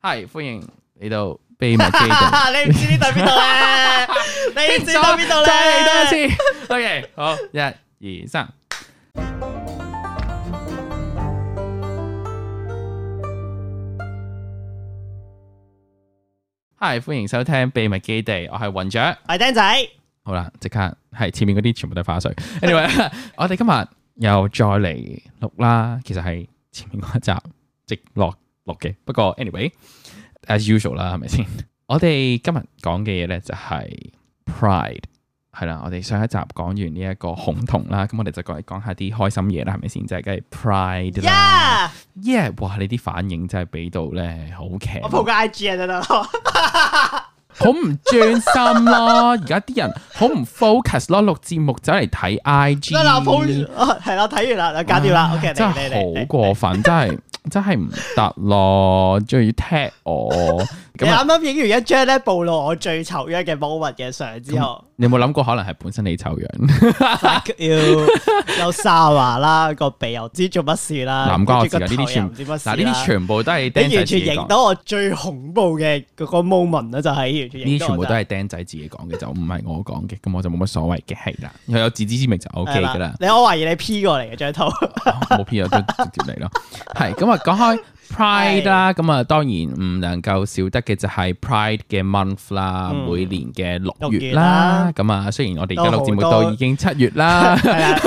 係歡迎嚟到秘密基地。 你唔知呢度邊度 咧？你唔知道邊度再嚟咧？多一次。OK，好， 一、二、三。Hi，歡迎收聽秘密基地，我係雲雀。我係釘仔，好啦，即刻係前面嗰啲全部都係花絮。anyway，我 哋今日又再嚟錄啦，其實係前面嗰一集直落錄嘅。不過 anyway，as usual 啦，係咪先？ 我哋今日講嘅嘢咧就係 pride，係啦。我哋上一集講完呢一個恐同啦，咁我哋就講講下啲開心嘢啦，係咪先？就係梗係 pride 啦。呀！ Yeah，哇！你啲反應真係俾到咧，好劇。我鋪個 I G 啊，得啦。好唔專心咯， 而家啲人好唔 focus 咯，錄節目走嚟睇 IG，得啦，我鋪哦係啦，睇完啦，就搞掂啦。OK，嗯真嚟嚟係好嚟，過分，真係真係唔得咯，仲要踢 我你咁啊！啱啱影完一張咧，暴露我最醜樣嘅 moment 嘅相之後，啊你有冇諗過可能係本身你醜樣？啊要有沙華啦，個鼻又唔知做乜事啦，唔關我事㗎跟住呢個啲頭全又唔知乜事嗱，呢啲啦全部都係釘你仔完自全己影講，呢到我最恐怖嘅嗰個 moment 啦，就係完全影啲到全部我都係釘仔自己講嘅，就唔係我講嘅，咁我就冇乜所謂嘅，係啦，佢有自知之明就 O 真 K 係噶啦。你我懷疑你 P 過嚟嘅張圖，冇 P 啊，都直接嚟咯。 係咁啊，講開 Pride 啦，咁啊當然唔能夠少得嘅就係 Pride 嘅 month 啦，嗯每年嘅六六月月啦啦。咁啊，雖然我哋而家都錄好節目多到已經七月 啦，係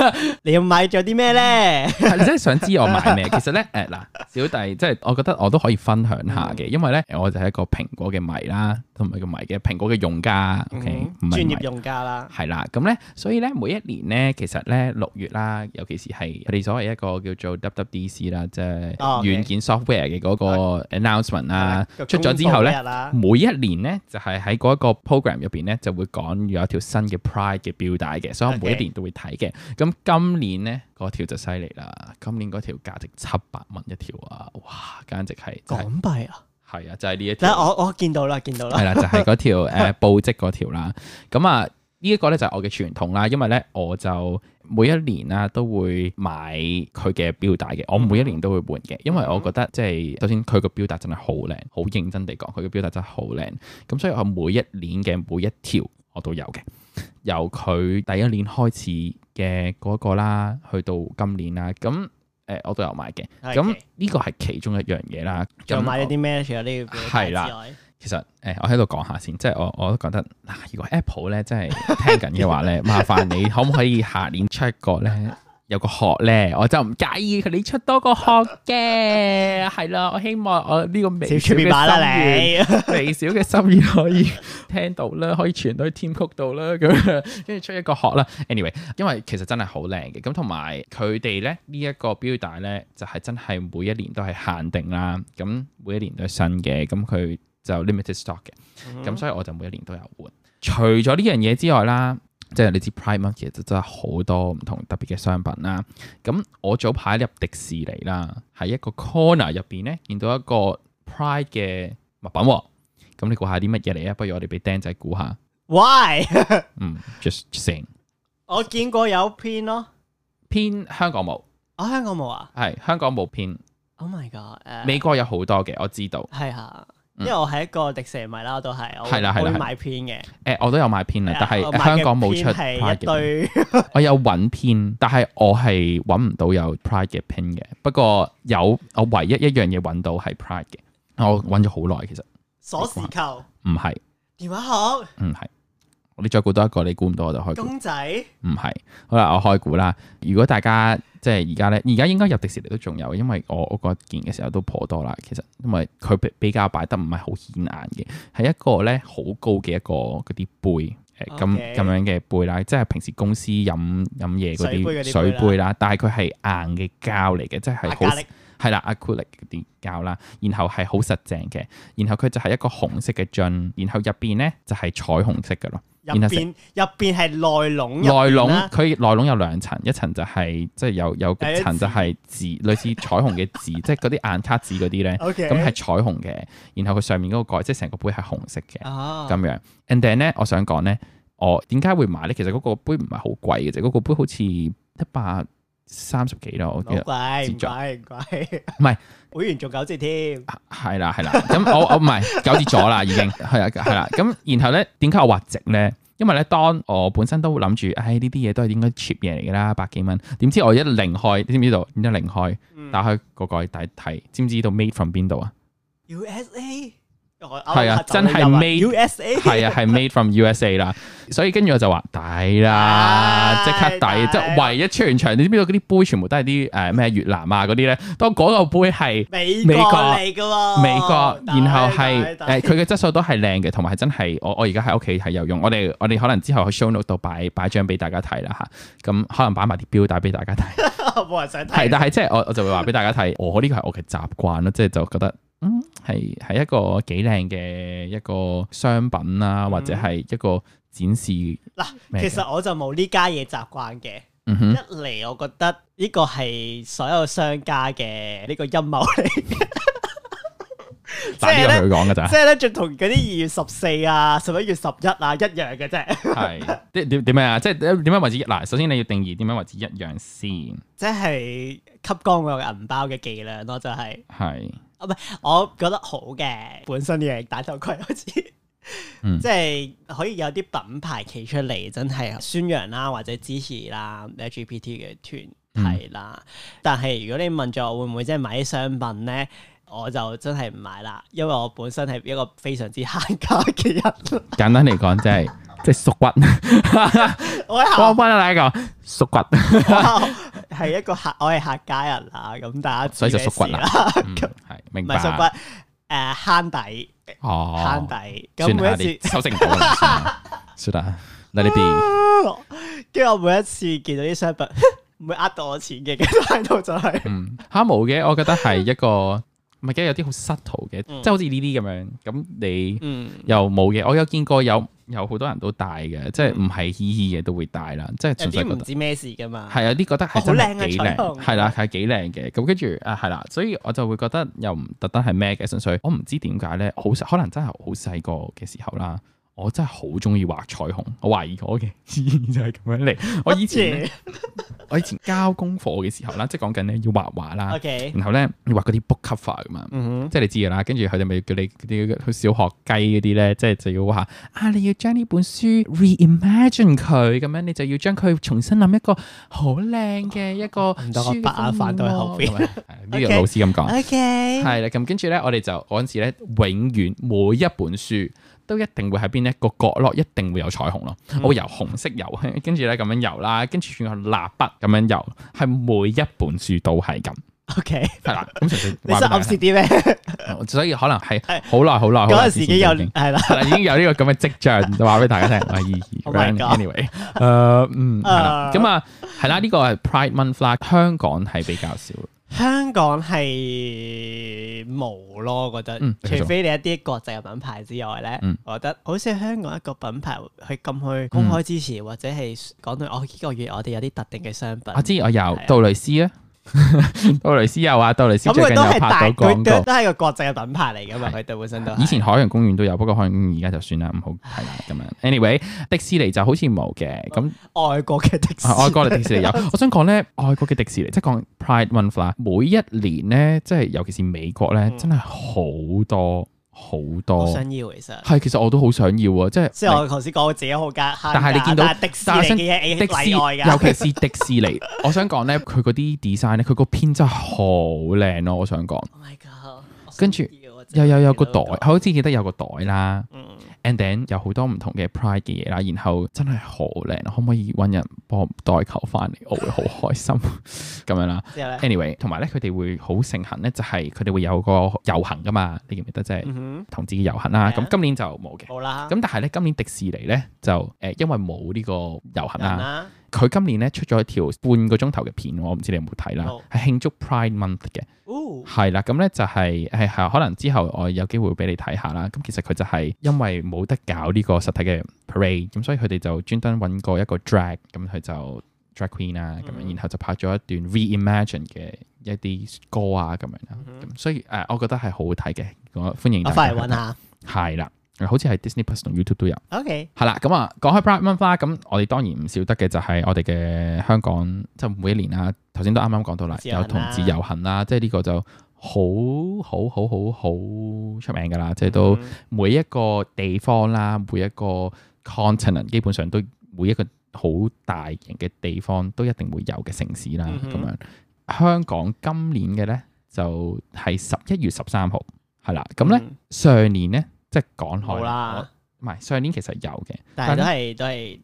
啦，你要買咗啲咩咧？係你真係想知我買咩？其實咧，誒嗱，小弟即係我覺得我都可以分享下嗯嘅，因為咧我就係一個蘋果嘅迷啦，同埋個迷嘅蘋果嘅用家，OK，唔嗯係專迷業用家啦，係啦，咁咧，所以咧，每一年咧，其實咧六月啦，尤其是係佢哋所謂一個叫做 WWDC 啦，即係哦，OK 軟件 software 嘅嗰個 announcement 啦，個出咗之後公佈嗰咧日，啦每一年咧就係喺嗰一個 program 入邊咧就會講有一條新嘅 pride 嘅表帶嘅，所以我 OK 每一年都會睇嘅。咁今年咧嗰條就犀利啦，今年嗰條價值七百蚊一條啊，哇，簡直係真係港幣啊！係啊，就係呢一條嗱，。我我見到啦，見到係啦，啦，就係嗰 條誒布織嗰條啦。咁啊，呢一個咧就係我嘅傳統啦，因為咧我就每一年啦都會買佢嘅錶帶嘅，我嗯每一年都會換嘅，因為我覺得即係首先佢個錶帶真係好靚，好認真地講，佢嘅錶帶真係好靚。咁所以我每一年嘅每一條我都有嘅，由佢第一年開始嘅嗰個啦，去到今年啦，咁誒、我都有買嘅。係咁嘅呢個係其中一樣嘢啦。仲買咗咁啲咩？除咗呢個係啦其實誒、我喺度講下先，即係我我都覺得嗱、如果 Apple 咧真係聽緊嘅話咧，麻煩你可唔可以下年出一個咧有個殼咧，我就唔介意佢你出多個殼嘅，係啦，我希望我呢個微小小出嘅邊買啦心願，你，微小嘅心願可以聽到啦，可以傳到去 Team 曲度啦，咁樣跟住出一個殼啦。anyway，因為其實真係好靚嘅，咁同埋佢哋咧呢一個錶帶咧就係、真係每一年都係限定啦，咁每一年都係新嘅，咁佢就 limited stock 嘅。嗯咁、所以我就每一年都有換。除咗呢樣嘢之外啦，即係你知 Prime Month 其實真係好多唔同特別嘅商品啦。咁我早排入迪士尼啦，喺一個 corner 入邊咧，見到一個 Pride 嘅物品喎。咁你估下啲乜嘢嚟啊？不如我哋俾釘仔估下。 why？嗯，just saying。我見過有片咯，偏香港冇，啊香港冇啊係香港冇偏。 ？Oh my god！誒美國有好多嘅，我知道。係啊，因嗯為我係一個迪士尼迷啦，我都係，我係啦係啦我會係啦買片嘅，誒、我都有買偏啊啦，但係香港冇出係 Pride 一嘅。堆我有揾片，但係我係揾唔到有 Pride 嘅 pin 嘅。不過有我唯一一樣嘢揾到係 Pride 嘅，我揾咗好耐，其實鎖匙扣、唔係，電話殼、唔係。你再估多一個，你估唔到我就開估。公仔。唔係，好啦，我開估啦。如果大家即係而家咧，而家應該入迪士尼都仲有，因為我我嗰件嘅時候都頗多啦。其實因為佢比比較擺得唔係好顯眼嘅，係一個咧好高嘅一個嗰啲杯。誒咁 OK 咁樣嘅杯啦，即係平時公司飲飲嘢嗰水杯嗰啲啲水杯啦杯啦，但係佢係硬嘅膠嚟嘅，即係阿好力係啦 acrylic 嗰啲膠啦，然後係好實淨嘅，然後佢就係一個紅色嘅樽，然後入邊咧就係彩虹色嘅咯。入然後食邊入邊係內籠，內籠啦，佢內籠有兩層，一層就係即係有有有一層就係字類似彩虹嘅 字，即係嗰啲硬卡紙嗰啲咧， OK 咁係彩虹嘅，然後佢上面嗰個蓋即係成個杯係紅色嘅啊，咁樣。And then 咧，我想講咧，我點解會買咧？其實嗰個杯唔係好貴嘅啫，嗰、個杯好似一百三十幾啦，我唔記得好貴，唔接貴，唔貴，唔 係會員仲九折添，係啦係啦。咁我我唔係九折咗啦，已 經係啦係啦。咁然後咧，點解我話值咧？因為咧，當我本身都會諗住，唉呢啲嘢都係應該 cheap 嘢嚟㗎啦，百幾蚊。點知我一擰開，你知唔知道？點知擰開打開個蓋底睇，知唔知道 made from 邊度啊？ USA 我係啊啱啱走真係音啊 made- USA 係啊，係 made from USA 啦，所以跟住我就話抵啦，即刻抵，唉即係唯一出完場，你知唔知道嗰啲杯全部都係啲誒咩越南啊嗰啲咧？當嗰個杯係美美國國嚟噶喎，美國，然後係誒大大大佢嘅質素都係靚嘅，同埋係真係我我而家喺屋企係有用，我哋我哋可能之後去 show note 度擺擺張俾大家睇啦嚇，咁可能擺埋啲表帶俾大家睇。 冇人想係，睇，但係即係我我就會話俾大家睇， 我呢個係我嘅習慣咯，即係就覺得嗯係係一個幾靚嘅一個商品啦，或者係一個展示嗯嗱，咩其嘅實我就冇呢家嘢習慣嘅。嗯一哼嚟，我覺得呢個係所有商家嘅呢個陰謀嚟，即打係呢個咧佢講㗎咋即，係咧仲同嗰啲二月十四啊、十一月十一啊一樣嘅啫。 係點點點樣啊？即係點樣為之一嗱？首先你要定義點樣為之一樣先，即係吸光我嘅銀包嘅伎倆咯，就係、係我覺得好嘅，本身嘅打頭盔好似，嗯 即係可以有啲品牌企出嚟，真係宣揚啦，或者支持啦 LGBT 嘅團體啦。但係如果你問咗我會唔會即係買啲商品咧，我就真係唔買啦，因為我本身係一個非常之慳家嘅人， 簡單嚟講，即係即係縮骨，幫我係客幫大家講縮骨。我係一 個客，我係客家人啊，咁大家哦所以就知咩縮骨事啦啦，嗯係明唔白係縮骨，誒慳底。哦慳，底。咁算啦，每一你次，收成唔到啦，算啦算啦，let it be。跟住我每一次見到啲商品， 唔會呃到我錢嘅，嘅態度就係、嗯，嚇冇嘅，我覺得係一個唔係嘅，有啲好 subtle 嘅，嗯即係好似呢啲咁樣。咁你嗯，又冇嘅，我有見過有有好多人都戴嘅，即係唔係嘻嘻嘅都會戴啦，即係有純粹啲覺唔得知咩事噶嘛。係有啲覺得係真啊哦好靚啊係幾彩靚，虹係啦係幾靚嘅。咁跟住啊係啦，所以我就會覺得又唔特登係咩嘅，純粹我唔知點解咧，好細可能真係好細個嘅時候啦。我真係好中意畫彩虹，我懷疑我嘅就係咁樣嚟。我以前呢我以前交功課嘅時候啦，即係講緊咧要畫畫啦。 O K，然後咧要畫嗰啲 book cover 噶嘛，嗯即係你知噶啦。跟住佢哋咪叫你嗰啲去小學雞嗰啲咧，即係就要話啊，你要將呢本書 reimagine 佢，咁樣你就要將佢重新諗一個好靚嘅一個唔得我書嘅白眼反到去後邊 封面喎咁樣係呢個 Okay 老師咁講。 ，O K，嗯係啦，咁跟住咧，我哋就嗰陣時咧，永遠每一本書都一定會喺邊一個角落，一定會有彩虹咯。嗯我會由紅色油， 跟住咧咁樣油啦，跟住轉去蠟筆咁樣油，係每一本書都係咁。 O K，係啦，咁純粹你話俾想大暗家示啲咩？聽哦所以可能係好耐好耐好耐啊嗰陣時已經有之前已經係啦，係啦，已經有呢個咁嘅跡象，就話俾大家 聽。啊，意義 Oh my God anyway，誒嗯係啦，啊咁啊係啦，呢個係 Pride Month 啦，香港係比較少。嗯香港係冇咯，我覺得嗯，繼續除非你一啲國際嘅品牌之外咧嗯，我覺得好似香港一個品牌去咁去公開支持，或者係講到哦呢個月我哋有啲特定嘅商品我。知我有啊杜蕾斯啊， 杜蕾斯有啊，杜蕾斯咁最佢近都有係大，拍到佢廣都告。都係個國際嘅品牌嚟噶嘛，佢哋本身都係以前海洋公園都有，不過海洋公園而家就算啦，唔好睇啦咁樣。anyway，迪士尼就好似冇嘅，咁外國嘅的士，啊，外國嘅迪士尼有。我想講咧，外國嘅迪士尼，即係講 Pride Month 啦，每一年咧，即係尤其是美國咧，嗯真係好多好 我多。想要其實。係，其實我都好想要啊，即係。即係我頭先講我自己好加慳但係你家見到但係迪士尼嘅嘢迪係士，例外尤㗎。其是迪士 尼，我想講咧，佢嗰啲 design 咧，佢個編真係好靚咯。我想講， Oh my god！我想跟住要啊又有有個，真係袋，好似記得有個袋啦嗯，and then 有好多唔同嘅 pride 嘅嘢啦，然後真係好靚，可唔可以揾人幫我代購翻嚟？我會好開心咁樣啦。之後咧， anyway，同埋咧，佢哋會好盛行咧，就係佢哋會有個遊行噶嘛，你記唔記得？即係嗯哼同志嘅遊行啦。係啊咁今年就冇嘅。咁好啊啦，但係咧，今年迪士尼咧就誒、呃因為冇呢個遊行人啦，啦，佢今年咧出咗一條半個鐘頭嘅片，我唔知你有冇睇啦冇，係慶祝 Pride Month 嘅，哦，係啦。咁咧就係係係可能之後我有機會俾你睇下啦。咁其實佢就係因為冇得搞呢個實體嘅 parade，咁所以佢哋就專登揾過一個 drag，咁佢就 drag queen 啦，咁樣、嗯然後就拍咗一段 reimagine 嘅一啲歌啊咁樣啦。咁、所以誒、呃我覺得係好好睇嘅，我歡迎嗯我大家去翻嚟睇。揾下。係啦，好似係 Disney Plus 同 YouTube 都有。à? OK，係啦，咁啊，講開 Pride Month 啦，咁我哋當然唔少得嘅就係我哋嘅香港，即係每一年啦，頭先都啱啱講到啦，自由有行啦同志遊行啦，即係呢個就好好好好好出名噶啦，即係都嗯每一個地方啦，每一個 continent 基本上都每一個好大型嘅地方都一定會有嘅城市啦，嗯哼咁、樣香港今年嘅咧就係十一月十三號，係啦，咁咧、嗯上年咧即係講開冇啦，我唔係上年其實有嘅。但係都係都係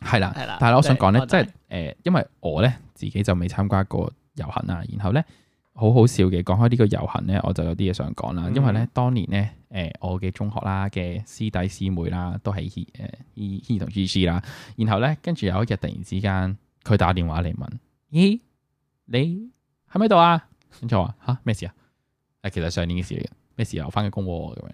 係啦，係啦但係我想講咧，即即係係誒，因為我咧自己就未參加過遊行啊，然後咧好好笑嘅，講開呢個遊行咧，我就有啲嘢想講啦，嗯因為咧當年咧誒、我嘅中學啦嘅師弟師妹啦，都係 he 誒 he he 同 he she 啦，然後咧跟住有一日突然之間佢打電話嚟問，咦你喺咪度啊？跟住我話吓咩事啊？誒其實上年嘅事嚟嘅，咩事啊？我翻緊工喎咁樣，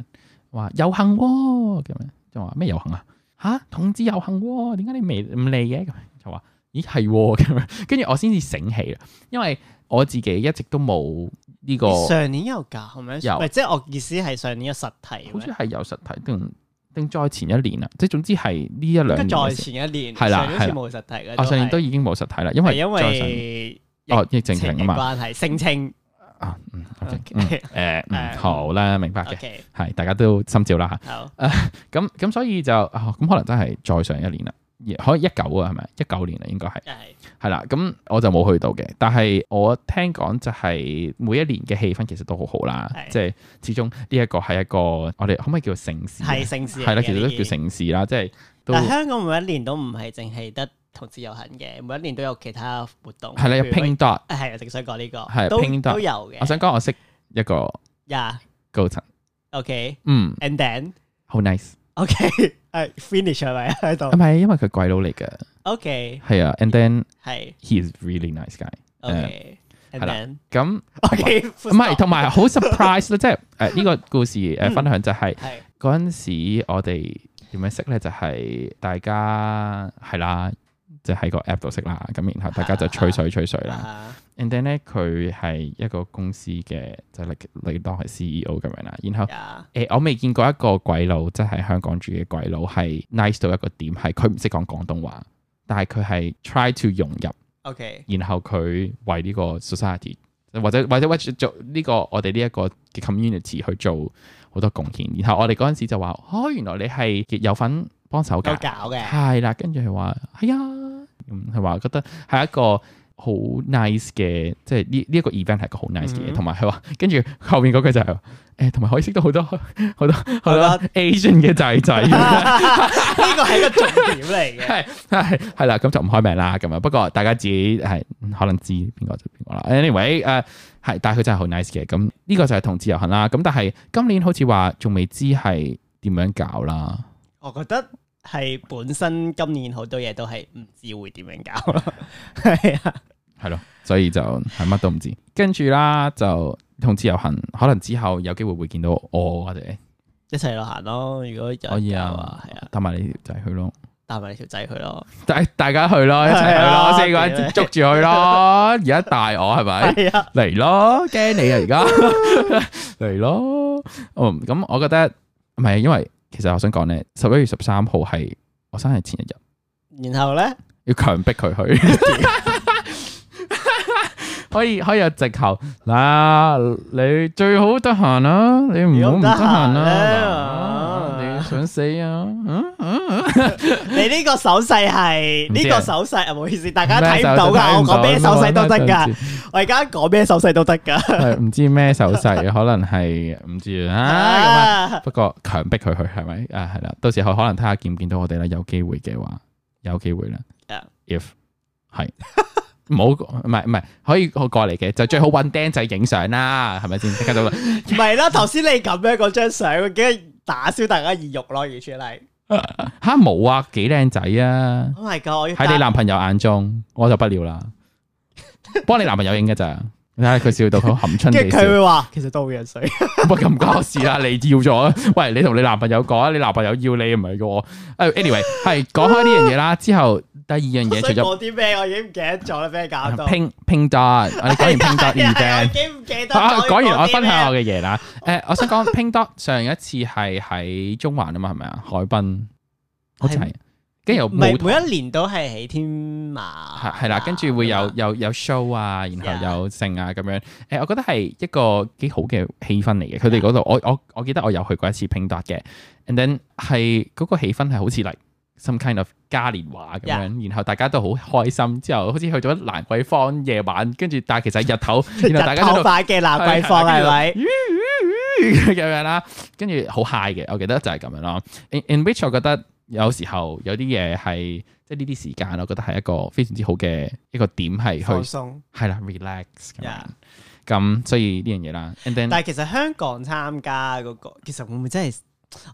話遊行喎咁樣，就話咩遊行啊？吓同志遊行喎、點解你未唔嚟啊嘅？咁樣就話咦係喎咁樣，跟住我先至醒起啦，因為我自己一直都冇呢、個，好上年有㗎，係咪？有唔係即係我意思係上年嘅實體似咩，係有實體定定再前一年啦，啊即係總之係呢一兩年跟再嘅事。前一年係啦上年好似係啦冇實體嘅，我上年係都已經冇實體啦，因係為再因上年為哦疫情疫停情啊嘅嘛關係，性情啊嗯 OK Ừ, 嗯 OK 誒嗯誒好啦，明白嘅 OK 係大家都心照啦嚇。好咁咁所以就啊咁可能真係再上一年啦，可以一九啊係咪一九年啦應該係。又係係啦，咁我就冇去到嘅，但係我聽講就係每一年嘅氣氛其實都好好啦，係即係始終呢一個係一個我哋可唔可以叫做城市啊？係性事嚟嘅係啦，其實都呢啲叫城市啦，即係都但香港每一年都唔係淨係得同志遊行嘅，每一年都有其他活動。係啦，有譬如 Pink Dot。啊係啊，正想講呢個，係都 Pink Ờ, Dot 都有我嘅。想講我識一個呀高層， ，OK，and 嗯， then，OK，好 nice， 啊係 finish 係 咪喺唔度係因為佢鬼佬嚟嘅， ？OK，係啊，and then 係 he is really nice guy。 ，OK，and 係啦 then，咁 OK，唔係，同埋好 surprise 咧，即係誒呢個故事誒嗯分享就係係嗰陣時我哋點樣識咧？就係、大家係啦，就喺個 app 度識啦。咁然後大家就吹水吹水啦。啊 And then 咧，佢係一個公司嘅，就你你當係 CEO 咁樣啦。然後誒、呀我未見過一個鬼佬，即係香港住嘅鬼佬，係 nice 到一個點，係佢唔識講廣東話，但係佢係 try to 融入。 ，OK，然後佢為呢個 society 或者或者或者做呢個我哋呢一個嘅 community 去做好多貢獻。然後我哋嗰陣時就話：哦，原來你係有份幫手有㗎，搞 嘅，係啦。跟住佢話：係啊，嗯佢話覺得係一個好 nice 嘅，即係呢呢一個 event 係一個好 nice 嘅嘢。嗯同埋佢話，跟住後面嗰句就係、誒，同埋可以識到好多好多好好多 Asian 嘅仔 啊仔。呢個係一個重點嚟嘅。係係係啦，咁就唔開名啦，咁啊。不過大家自己係可能知邊個就邊個啦。Anyway，誒、係，但係佢真係好 nice 嘅。咁呢個就係同志遊行啦。咁但係今年好似話仲未知係點樣搞啦。我覺得係本身今年好多嘢都係唔知會點樣搞咯，係啊，係咯，所以就係乜都唔知。跟住啦，就同志遊行，可能之後有機會會見到我或者一齊落行咯。如果有可以人搞啊啊，係啊，帶埋你條仔去咯，帶埋你條仔去咯，大大家去咯，一齊去係咯，啊四個人捉住佢咯。而家大我係咪？係啊，嚟咯，驚你啊而 家嚟咯。嗯，咁我覺得唔係，因為其實我想講咧，十一月十三號係我生日前一日，然後咧要強迫 佢去。可以可以有藉口嗱，你最好得閒啦，你唔好唔得閒啦，如果唔得閒咧嗱你想死啊？嗯你呢個手勢係唔知呢啊個手勢啊，唔好意思，大家睇唔到噶，我講咩手勢都得㗎，，我而家講咩手勢都得㗎。係唔知咩手勢，可能係唔知啊 À. 咁啊。不過強迫佢去係咪？啊係啦，到時候可能睇下見唔見到我哋啦，有機會嘅話，有機會啦。 Yeah. If 係唔好唔係唔係可以我過嚟嘅，就最好揾釘仔影相啦，係咪先？即刻到啦， 唔係啦，頭先你咁樣嗰張相，梗係打消大家意欲咯，完全係。吓冇啊，幾靚仔 啊！ Oh my god！我要 喺你男朋友眼中，我就不了啦。幫你男朋友影嘅咋？你睇下佢笑到佢含春跟地住 笑佢，會話其實都好樣衰，乜咁關事啦？你要咗啊，喂，你同你男朋友講啊，你男朋友要你唔係嘅我。誒，anyway，係講開呢樣嘢啦。之後第二樣嘢所除以咗講啲 咩我已經唔記得咗啦，俾你搞到。拼拼 dot，我哋講完拼 dot 係啊係啊 event 我。已經唔記 得咗啊，講完我講啲分咩享我嘅嘢啦。誒，我想講 Pink Dot 上一次係喺中環啊嘛，係咪啊？海濱好似係，跟住有唔係舞每一年都係喺天馬，係係啦，跟住會有有有 show 啊，然啊 Yeah 後有剩啊咁樣。誒，我覺得係一個幾好嘅氣氛嚟嘅。佢哋嗰度，我我我記得我有去過一次 Pink Dot 嘅，and then 係嗰個氣氛係好似嚟 some kind of 嘉年華咁樣，然後大家都好開心，之後好似去咗蘭桂坊夜晚，跟住但係其實係日頭，然後大日家喺頭度。版嘅蘭桂坊係咪？咁樣啦，跟住好 high 嘅，我記得就係咁樣咯。In, in which 我覺得有時候有啲嘢係即係呢啲時間，我覺得係一個非常之好嘅一個點係放去鬆。係啦 relax 咁樣 Yeah。咁所以呢樣嘢啦，and then 但係其實香港參加嗰、個，其實會唔會真係？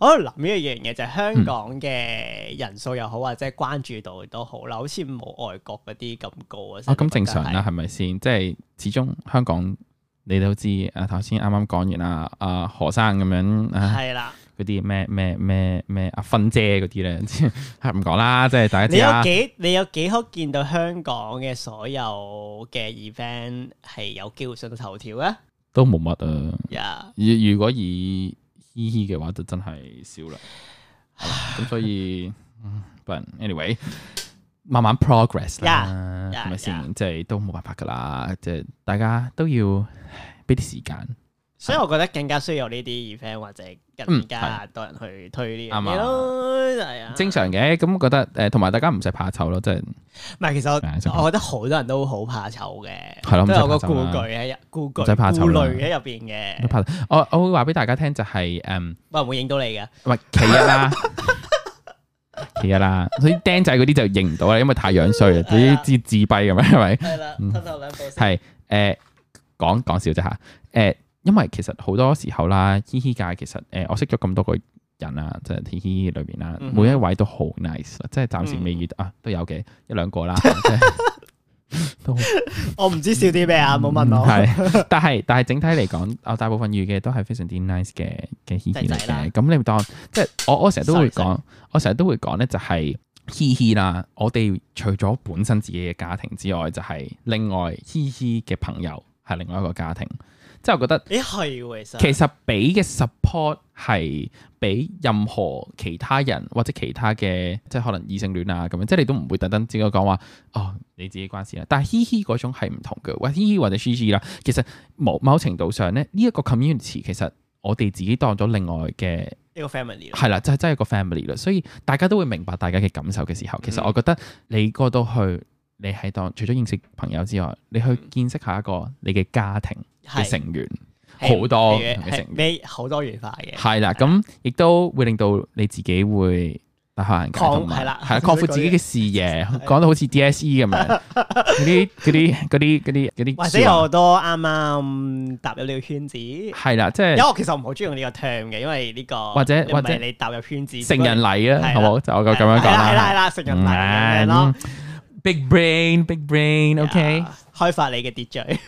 我喺度諗呢一樣嘢就係香港嘅人數又好，或者關注度都好啦，好似冇外國嗰啲咁高啊。哦真係覺咁得正常啦，係。係咪先？即係始終香港你都知啊，頭先啱啱講完啊，啊何生咁樣啊係啦，嗰啲咩咩咩咩阿芬姐嗰啲咧， 係唔講啦，即係大家你知啦有。幾你有幾可見到香港嘅所有嘅 event 係有機會上到頭條啊？都冇乜啊。呀、如如果以嘻嘻嘅話，就真係少 啦。係啦咁所以嗯，but anyway，慢慢 progress 啦， Yeah, 係 yeah, 咪 yeah. 先？即係都冇辦法噶啦，即係大家都要唉俾啲時間。所以我覺得更加需要呢啲 event 或者更加多人去推呢樣嘢咯，係啊。正常嘅，咁我覺得誒，同埋大家唔使怕醜咯，即係唔係，其係實正我常我覺得好多人都好怕醜嘅，係咯唔都使有個怕顧醜啦慮喺入顧唔使慮怕醜顧啦慮喺入邊唔使嘅，怕。我我會話俾大家聽就係誒，冇人會影到你嘅。喂，其一 啦。其一啦，所以釘仔嗰啲就認唔到啦，因為太樣衰 啦，自己啊自自閉咁樣，係咪？係啦，吞頭兩步先。係誒講講笑啫嚇誒，因為其實好多時候啦，嘻嘻界其實誒、呃我識咗咁多個人啦，即係嘻嘻裏邊啦，嗯每一位都好 nice，即係暫時未遇到、啊，都有嘅一兩個啦，即係 都我唔知笑啲咩啊，冇問我。 係，但係但係整體嚟講，我大部分遇嘅都係非常之 nice 嘅嘅嘻嘻嚟仔仔啦嘅。咁你當即係我我成日都會 Sorry，講，我成日都會講咧就係嘻嘻啦。我哋除咗本身自己嘅家庭之外，就係另外嘻嘻嘅朋友係另外一個家庭。即係我覺得咦係喎，其實其實俾嘅 support 係俾任何其他人或者其他嘅，即係可能異性戀啊咁樣，即係你都唔會特登自己講話哦，你自己關事啦。但係嘻嘻嗰種係唔同嘅，或嘻嘻或者 G G 啦，其實某某程度上咧，呢、一個 community 其實我哋自己當咗另外嘅呢個 family 啦係啦，就係真係一個 family 啦，所以大家都會明白大家嘅感受嘅時候，其實嗯我覺得你過到去，你係當除咗認識朋友之外，你去見識下一個你嘅家庭嘅嗯係成員。係好多係嘅成員你好多元化嘅。係啦，咁亦都會令到你自己會大開眼界，擴同埋係啦係啦，擴闊自己嘅視野，講到好似 DSE 咁樣，嗰啲嗰啲嗰啲嗰啲嗰啲或者有好多啱啱踏入呢個圈子，因係啦，即為係我其實唔好中意用呢個 term 嘅，因為呢個或者你唔係或者你踏入圈子成人禮係啦啦，好冇？就我係啦咁咁樣講係啦係啦。啦，成人禮咁樣嗯咯，big brain，big brain，OK，呀開發你嘅秩序，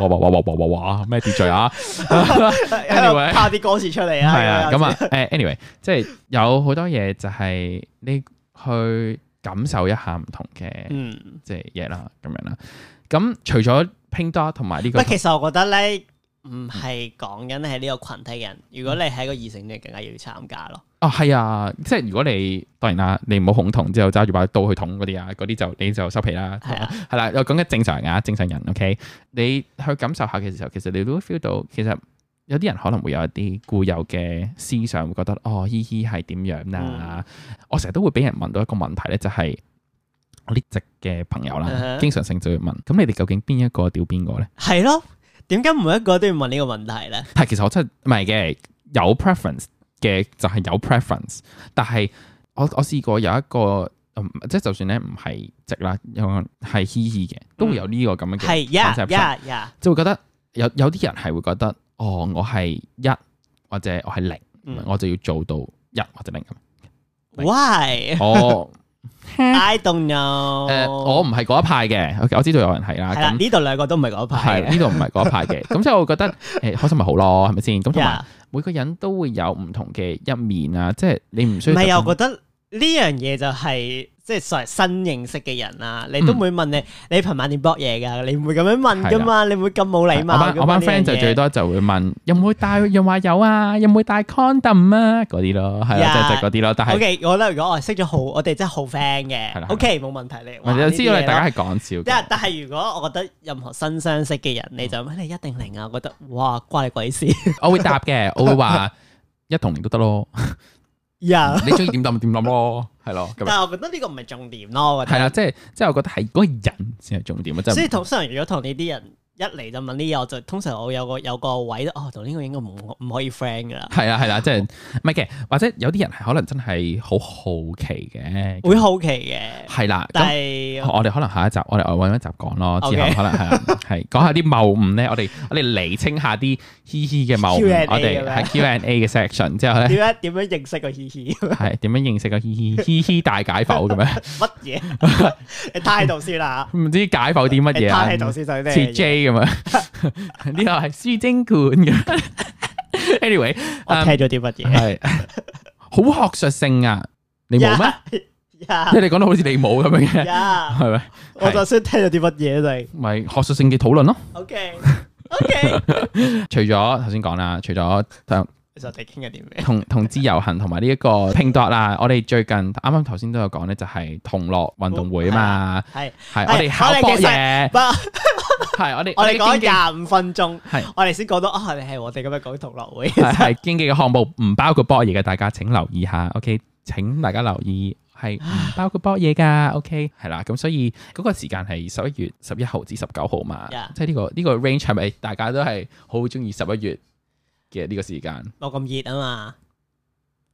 哇哇哇哇哇哇哇，咩秩序啊？ 喺度拋啲歌詞出嚟 啊，係啊，樣咁啊，誒，anyway，即係有好多嘢就係你去感受一下唔同嘅。嗯，即係嘢啦，咁樣啦。咁除咗 Pink Dot 同埋呢不個過，其實我覺得咧，唔係講緊係呢個群體嘅人，如果你係一個異性戀，更加要參加咯。哦係啊，即係如果你當然啦，你唔好恐同之後揸住把刀去捅嗰啲啊，嗰啲就你就收皮啦。係啊，係啦，我講緊正常人啊，正常人 OK。你去感受下嘅時候，其實你都 feel 到，其實有啲人可能會有一啲固有嘅思想，會覺得哦，嘻嘻係點樣啦。嗯我成日都會俾人問到一個問題咧，就係、我啲直嘅朋友啦嗯哼經常性就會問，咁你哋究竟邊一個屌邊個咧？係咯，點解每一個都要問呢個問題咧？但係其實我真係唔係嘅，有 preference 嘅就係有 preference，但係我我試過有一個。嗯即係就算咧唔係直啦，有個係嘻嘻嘅，都會有呢個咁樣嘅，嗯係呀 concept 呀呀，就會覺得有有啲人係會覺得，哦，我係一或者我係零，嗯 我就要做到一或者零咁。 ，why？我 I don't know。哦誒、我唔係嗰一派嘅，OK，我知道有人係啦，哦係啦，咁呢度兩個都唔係嗰派係嘅。呢度唔係嗰一派 嘅，咁即係我覺得誒、開心咪好咯，係咪先？咁同埋 Yeah，每個人都會有唔同嘅一面啊，即係你唔需唔要係啊，我特覺得呢樣嘢就係即係所謂新認識嘅人啦，你都嗯唔會問你你琴晚點搏嘢㗎？你唔會咁樣問㗎嘛？你唔會咁冇禮登貌我㗎班嘛我班呢樣 friend 就嘢最多就會問有冇帶潤滑油啊，有冇帶 condom 啊嗰啲咯，係啦，就 Yeah 係就係嗰啲咯，但係 O.K. 我覺得如果我係識咗好，我哋真係好 friend 係啦係啦嘅。O.K. 冇問題你或玩者呢啲知道嘢你咯大家係講笑嘅但但係如果我覺得任何新相識嘅人，你就乜你一定零啊，我覺得哇關你 鬼事我會答嘅，我會 話一同年都得咯，呀！你中意點諗咪點諗咯，係咯咁樣。但係我覺得呢個唔係重點咯，我覺係得。啦，即係即係我覺得係嗰個人先係重點啊，即所以係通常如果同呢啲人一嚟就問呢嘢，我就通常我有個有個位哦，同呢個應該唔唔可以 friend 噶啦，係啊啦係啦，即係唔係嘅，或者有啲人係可能真係好好奇嘅，會好奇嘅。係啦。但咁係我哋可能下一集我哋揾一集講咯，之後 Dạ. OK 可能係 係講下啲謬誤咧，我哋我哋釐清下啲嘻嘻嘅謬誤，Q&A 我哋咁喺樣 Q&A 嘅 section 之後點咧。樣點樣認識個嘻嘻 係點樣認識個嘻嘻嘻嘻大解剖咁 樣？乜嘢？你態度先啦，唔知解剖啲乜你嘢啊？態度先就呢樣似嘢 J 咁樣，呢個係書精館咁。Anyway，我嗯聽咗啲乜嘢？系好學術性啊！你 Dạ. 冇 咩？呀即係你講到好似你冇咁樣嘅，呀，係咪？我就想聽咗啲乜嘢就係咪學術性嘅討論咯。 OK OK。除咗頭先講啦，除咗同其實我哋傾緊啲咩？同同志遊行同埋呢一 個拼度啦，我哋最近啱啱頭先都有講咧，就係同樂運動會啊嘛，係係哦係我哋考博我哋其嘢，不， 係我哋 我哋講經濟廿五分鐘，係我哋先講到啊，你係我哋今日講同樂會。 係係經濟嘅項目唔包括博嘢嘅，大家請留意下。OK，請大家留意。係 唔包括博嘢㗎，OK，係啦，咁所以嗰個時間係十一月十一號至十九號嘛 Yeah 即係呢、個呢、個 range 係咪大家都係好中意十一月嘅呢個時間？冇咁熱啊嘛，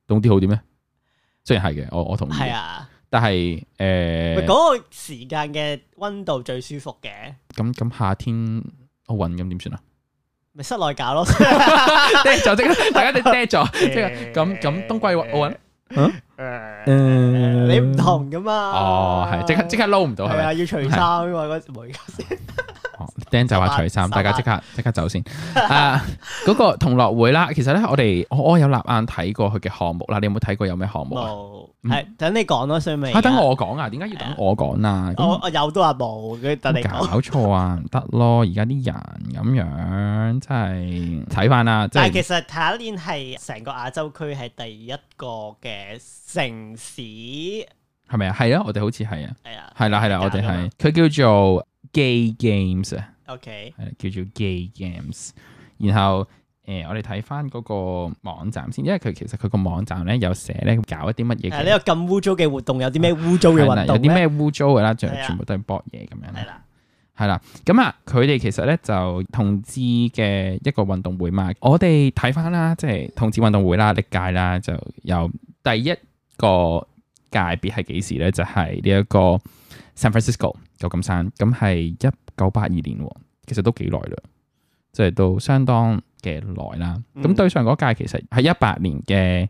凍啲好啲咩？雖然係嘅，我我同意嘅，係啊，但係咪誒嗰個時間嘅温度最舒服嘅，咁咁夏天奧運咁點算啊？ 咪室內搞 咯。嗲咗即 刻，大家都嗲咗，即係咁咁冬季奧運，Ờ. 你唔嗯同噶嘛？哦，係即刻即刻撈唔到係係咪啊，？要除衫噶嘛嗰時冇而家先。哦釘就話除衫，十大八家即刻即刻走 先。啊，嗰個同樂會啦，其實咧我哋我我有立眼睇過佢嘅項目啦，你有冇睇過有咩項目啊？冇，係等你講咯，所以咪。啊，等，我講啊，點解要等我講啊？我咁我有都話冇，佢等你講。搞錯啊，唔得咯！而家啲人咁樣真係睇翻啦，即但係係其實下一年係成個亞洲區係第一個嘅城市，係係咪啊？係啊，我哋好似係啊，啊係啦係啦，我哋係佢叫做 Gay Games 啊。 ，OK，係啦叫做 Gay Games。然後誒、呃我哋睇翻嗰個網站先，因為佢其實佢個網站咧有寫咧搞一啲乜嘢誒嘅呢個咁污糟嘅活動有啲咩污糟嘅係啦運有動啲咧？咩污糟嘅啦，就係啊全部都係博嘢咁樣係啦。啦，係啦，咁啊，佢哋其實咧就同志嘅一個運動會嘛，我哋睇翻啦，即係同志運動會啦，歷屆啦，就由第一個界別係幾時咧？就係呢一個 San Francisco 舊金山，咁係一九八二年喎，其實都幾耐啦，即係都相當嘅耐啦。咁、嗯對上嗰屆其實係一八年嘅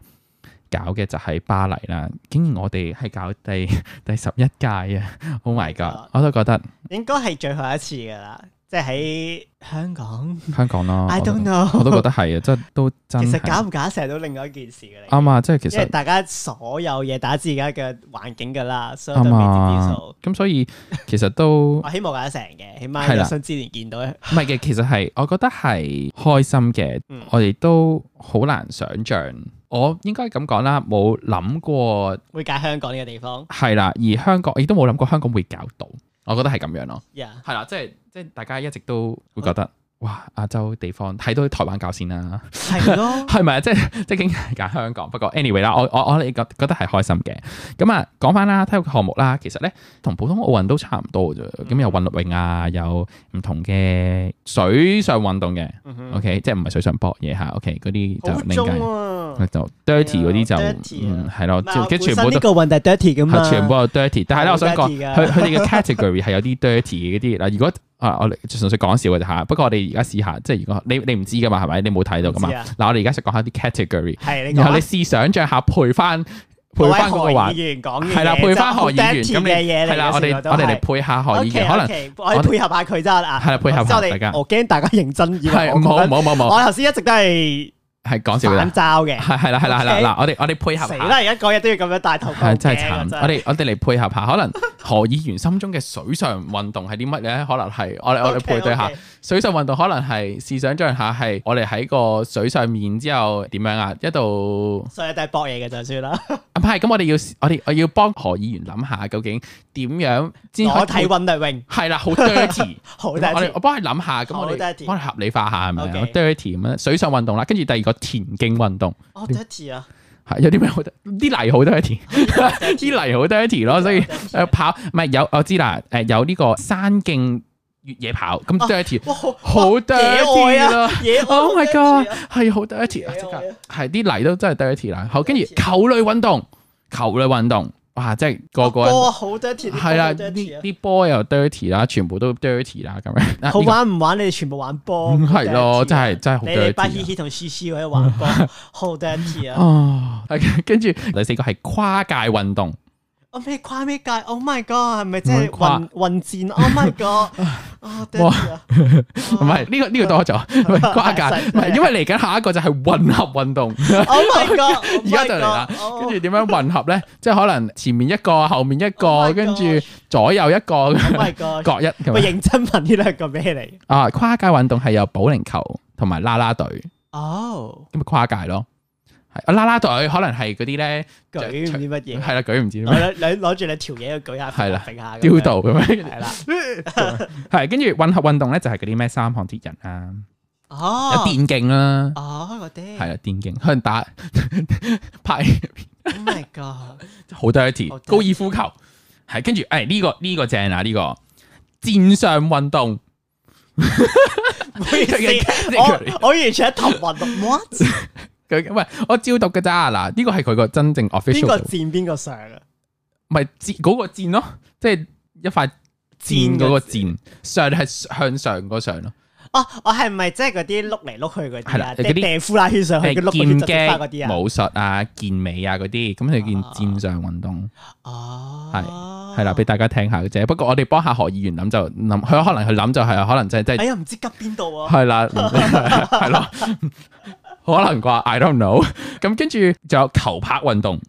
搞嘅就係巴黎啦，竟然我哋係搞第 第十一屆啊！Oh my god！我都覺得應該係最後一次㗎啦，即係喺香港。香港咯 I 我都 don't 我都 know，覺得係啊，即係都真其係實搞唔搞成都另外一件事㗎啦。啱啊！即係其因為實大家所有嘢打自己嘅環境㗎啦，所以都未啱知之啊數。。咁所以其實 都唔我希望搞得成嘅，起係碼啦有生之年見到。係嘅，其實係我覺得係開心嘅嗯，我哋都好難想像。我應該咁講啦，冇諗過會揀香港呢個 地方係啦，而香港亦都冇諗過香港會搞到。我覺得係咁樣咯，呀係啦，即係即係大家一直都會覺得哇，亞洲地方睇到台灣搞先啦。係咯，係咪啊？即係 即係竟然係揀香港，不過 anyway 啦，我我我哋覺覺得係開心嘅。咁啊，講翻啦，體育項目啦，其實咧同普通奧運都差唔多嘅嗯啫。咁有運陸泳啊，有唔同嘅水上運動嘅。嗯哼 OK，即係唔係水上搏嘢嚇。OK，嗰啲就好另計。中啊！就 dirty 嗰啲就 dirty 啊嗯係咯，唔係即係全本身部呢都個運係 dirty 噶嘛，係全部都 dirty。但係咧，我想講好 dirty 佢㗎佢哋嘅 category 係有啲 dirty 嘅嗰啲嗱。如果啊，我哋純粹講笑嘅啫嚇。不過我哋而家試下，即係如果你你唔知噶嘛，係咪？你冇睇到噶嘛？唔知啊啊嗱，我哋而家就講下啲 category。係你然後講你試想像下配翻配翻嗰嗰個位何環議。員講嘅係啦，配翻何議員咁嘅嘢你嚟嘅係啦，我哋全部都我哋嚟係配下何議員， OK，可能 OK，我哋我哋配合下佢真係啊，係啦配合下即係我哋大家我驚大家認真以為係我唔好講唔緊好唔好唔好，我頭先一直都係係講笑反嘅，嘲嘅，係係啦係啦係啦 OK 嗱，我哋我哋配合死下啦！而家講嘢都要咁樣戴頭盔係嘅，真係慘，真我哋我哋嚟配合下，可能何議員心中嘅水上運動係啲乜咧？可能係我哋我哋 OK，配對下 OK 水上運動，可能係試想像下係我哋喺個水上面之後點樣啊？一度所以都係搏嘢嘅就算啦。啊唔係咁，我哋要我哋我要幫何議員諗下究竟點樣先可以我睇温麗泳係啦，好 dirty。 好我大哋次我幫你諗下，咁我好多一哋條幫你合理化下係咪啊 OK ？dirty 咁樣水上運動啦，跟住第二個田徑運動哦 d i r t y 啊，係有啲咩好得？啲泥好 dirty，啲泥好 dirty 咯，所以誒跑唔係有我知啦，誒有呢個山徑越野跑咁 dirty，啊哇好好野外 dirty 啊啦野外！Oh my 好 dirty god，係好 dirty 啊！即野外啊刻係啲泥都真係 dirty 啦。好，跟住 dirty 啊球類運動，球類運動，哇！即係個個人哦波好 dirty，啲係啦，波好 dirty 啲啊啲波又 dirty 啦，全部都 dirty 啦咁樣。啊好呢個 玩唔玩？你哋全部玩波，嗯好係咯 dirty 啊真係真係好你哋 dirty 啊巴嘻嘻同嘻嘻喺度玩波， 好 dirty 啊！哦，係跟住第四個係跨界運動，我哦咩跨咩界？Oh my god，係咪即唔會係跨混混戰？Oh my god，哦 dirty 啊！唔係呢個呢個多 咗，唔係跨界，唔係因為嚟緊下一個就係混合運動， Oh my god，而家就嚟啦。跟哦住點樣混合咧？即係可能前面一個，後面一 Oh 個， my 跟住 gosh 左右一個， Oh my god，各一咁喂，樣。認真問呢兩個咩嚟？啊，跨界運動係有保齡球同埋啦啦隊，哦，咁咪跨界咯。係啊啦啦隊可能係嗰啲咧，就舉唔知乜嘢。係啦，舉唔知 咩攞攞攞住你條嘢去舉下，係啦揈啊下咁樣雕，道咁樣。係啦，係跟住混合運動咧，就係嗰啲咩三項鐵人啊，有哦，電競啦。哦，我哋係啦，電競可能打 拍 Oh my god，好 dirty，好 dirty 高爾夫球係跟住誒呢個呢、個正啊呢、個戰上運動，唔 好意思，我我完全一頭混亂，what？佢喂我照讀嘅咋嗱呢個係佢個真正邊 official，個嘅戰邊個上啊？唔係箭嗰個箭咯，即係一塊箭箭嗰個嘅箭上係向上嗰上咯，哦，我係咪即係嗰啲碌嚟碌去係嗰啲啦啊？嗰即啲係掟呼啦圈上去，係佢劍碌個圈就翻嗰啲擊、啊？武術啊、健美啊嗰啲，咁佢啊叫箭上運動。哦，係啦，俾大家聽下嘅啫。不過我哋幫下何議員諗就諗，佢可能佢諗就係、可能即係即係哎呀，唔知急邊度啊？係啦， 係咯，可能啩，I don't know。咁跟住仲有球拍運動，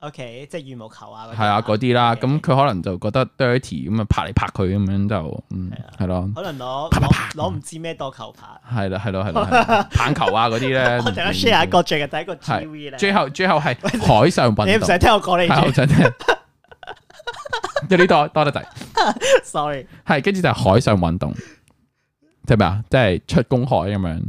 OK，即係羽毛球啊，係啊嗰啲啦。 OK 咁佢可能就覺得 dirty 咁啊，拍嚟拍去咁樣就，嗯，啊係咯，可能攞啪啪攞啪攞唔知咩多球拍。係啦，係咯，係咯係 咯，棒球啊嗰啲咧。我陣間 share 一個最近第一個係 TV 最咧，後最後係海上你運唔動，使聽我講你係我啊住想聽。有啲多多得滯， ，sorry。係跟住就係海上運動，即係咩啊？即係出公海咁樣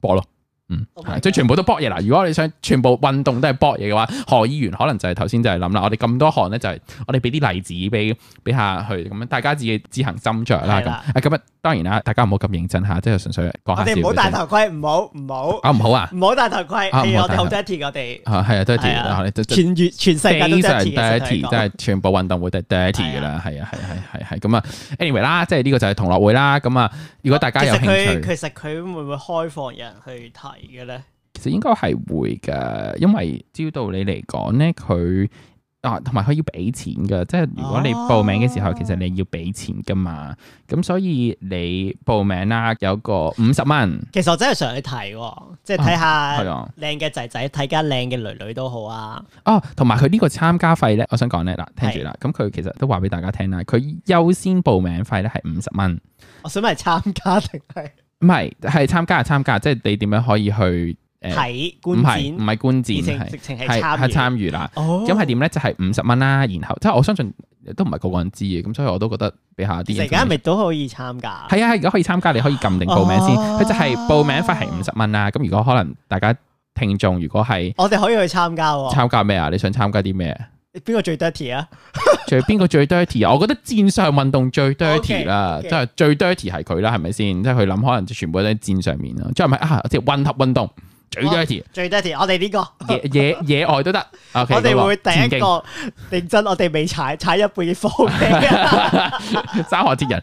搏咯。嗯， Oh my 係即係 God 全部都搏嘢啦。如果你想全部運動都係搏嘢嘅話，何議員可能就係頭先就係諗啦。我哋咁多項咧，就係我哋俾啲例子俾俾下去咁樣，大家自己自行斟酌啦。係咁啦啊，咁啊，當然啦，大家唔好咁認真嚇，即係純粹講我下笑哋唔好嘅戴啫。頭盔，唔好唔好啊，唔好啊，唔好戴頭盔。哎啊唔好係我戴哋好頭盔 dirty，我哋啊係啊，dirty 係啊啊我哋就全月全世界都非常 dirty dirty，嘅。實即際講係全部運動會都係 dirty 噶啦，係啊，係啊係啊係係咁啊。anyway 啦，即係呢個就係同樂會啦。咁啊，如果大家哦其有實佢興趣，其實佢會唔會開放有人去睇嘅咧？其實應該係會嘅，因為照道理嚟講咧，佢啊同埋佢要俾錢嘅，即係如果你哦報名嘅時候，其實你要俾錢噶嘛。咁所以你報名啦，有個五十蚊，其實我真係想去睇喎，即係睇係下啊。靚嘅仔仔，睇間靚嘅女女都好啊。哦，同埋佢呢個參加費咧，我想講咧嗱，聽住啦，咁佢其實都話俾大家聽啦，佢優先報名費咧係五十蚊。我想問係參加定係唔係，係參加係參加，即係你點樣可以去 誒？睇唔觀係唔展？係觀直情展，直係情係係係參與。參與啦。哦，咁係點咧？就係五十蚊啦，然後即係我相信都唔係個個人知嘅，咁所以我都覺得俾下其啲實而 information。家係咪都可以參加？係啊，而家可以參加，你可以撳定報名先。哦佢就係報名費係五十蚊啦。咁如果可能大家聽眾如果係我哋可以去參加喎。參加咩啊？你想參加啲咩？邊個最 dirty 啊？最邊個最 dirty 啊？我覺得戰上運動最 dirty 啦，即 OK，OK 係最 dirty 係佢啦，係咪先？即係佢諗可能全部都喺戰上面啦。即係咪啊？即係混合運動最 dirty，最 dirty，我哋呢個。野野野外都得。O 啊 K，我哋會第田一徑個認真，我哋未踩踩一半放棄。 沙河節人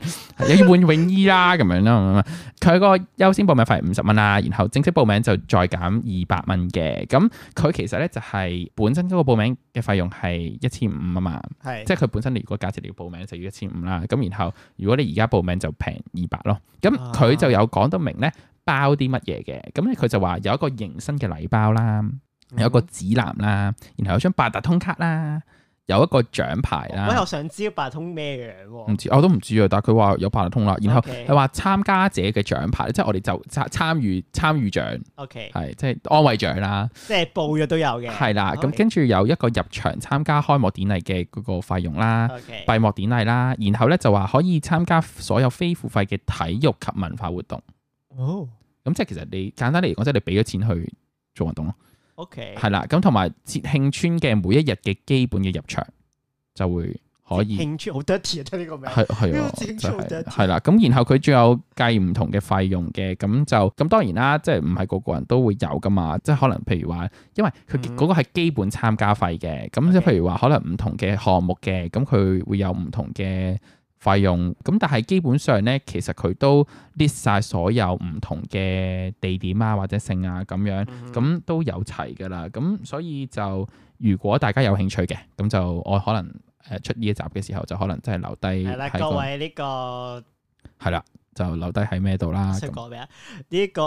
又要換泳衣啦，咁樣啦，咁樣啦佢個優先報名費五十蚊啦，然後正式報名就再減二百蚊嘅。咁佢其實咧就係、本身嗰個報名嘅費用係一千五啊嘛，係即係佢本身你如果假設你要報名就要一千五啦，咁然後如果你而家報名就平二百咯。咁啊佢就有講得明咧包啲乜嘢嘅，咁咧佢就話有一個迎新嘅禮包啦，有一嗯個指南啦，然後有張八達通卡啦，有一個獎牌啦。喂，我想知八達通咩樣唔喎？知，我都唔知啊。但係佢話有八達通啦，然後 OK 佢話參加者嘅獎牌，即係我哋就參參與參與獎， OK，係即係安慰獎啦，即係報咗都有嘅。係啦。咁 OK 跟住有一個入場參加開幕典禮嘅嗰個費用啦。 OK，閉幕典禮啦，然後咧就話可以參加所有非付費嘅體育及文化活動。哦咁即係其實你簡單嚟講，即係你俾咗錢去做運動咯。 ，OK，係啦，咁同埋節慶村嘅每一日嘅基本嘅入場就會可以。興趣好 dirty 啊！聽呢個名。係係呢個啊，自己就做係得係啦。咁然後佢仲有計唔同嘅費用嘅，咁就咁當然啦，即係唔係個個人都會有噶嘛。即係可能譬如話，因為佢嗯嗰個係基本參加費嘅，咁即係 OK 譬如話可能唔同嘅項目嘅，咁佢會有唔同嘅費用。咁但係基本上咧，其實佢都 list 晒所有唔同嘅地點啊，或者性啊咁樣。嗯咁都有齊㗎啦。咁所以就如果大家有興趣嘅，咁就我可能誒、呃出呢一集嘅時候，就可能真係留低係啦，喺各個位呢個係啦，就留低喺咩度啦。想咁講咩啊？呢個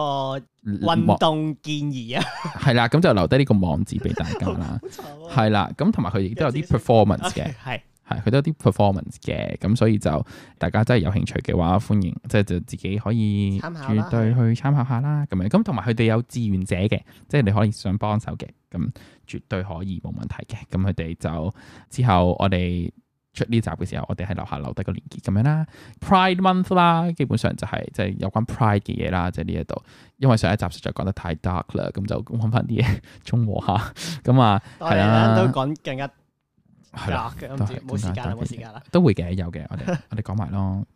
運網動建議啊，係啦，咁就留低呢個網址俾大家啦。好慘啊係啦，咁同埋佢亦都有有啲自己 performance OK，嘅，係係佢都有啲 performance 嘅，咁所以就大家真係有興趣嘅話，歡迎即係就自己可以參考啦絕對去參考下啦，咁樣咁同埋佢哋有志願者嘅，即係你可以想幫手嘅，咁絕對可以冇問題嘅，咁佢哋就之後我哋。出呢集嘅時候，我哋喺樓下留低個連結咁樣啦。Pride Month 啦，基本上就係即係有關 Pride 嘅嘢啦，即係呢一度。因為上一集實在講得太 dark 啦，咁就揾翻啲嘢 中和下。咁啊，我係哋啦咧都講更加係啦。 dark 嘅，唔知冇時間啦，冇時間啦。都會嘅，有嘅，我 哋我哋講埋咯，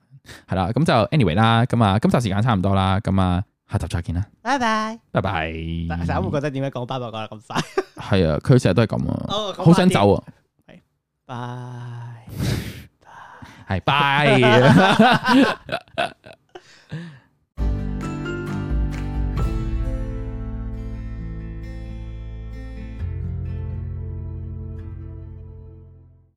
係啦，咁就 anyway 啦，咁啊，今集時間差唔多啦，咁啊，下集再見啦，拜拜。拜拜。大家會覺得點解講拜拜講得咁快？係啊，佢成日都係咁啊，哦好想。走啊，拜。 係拜。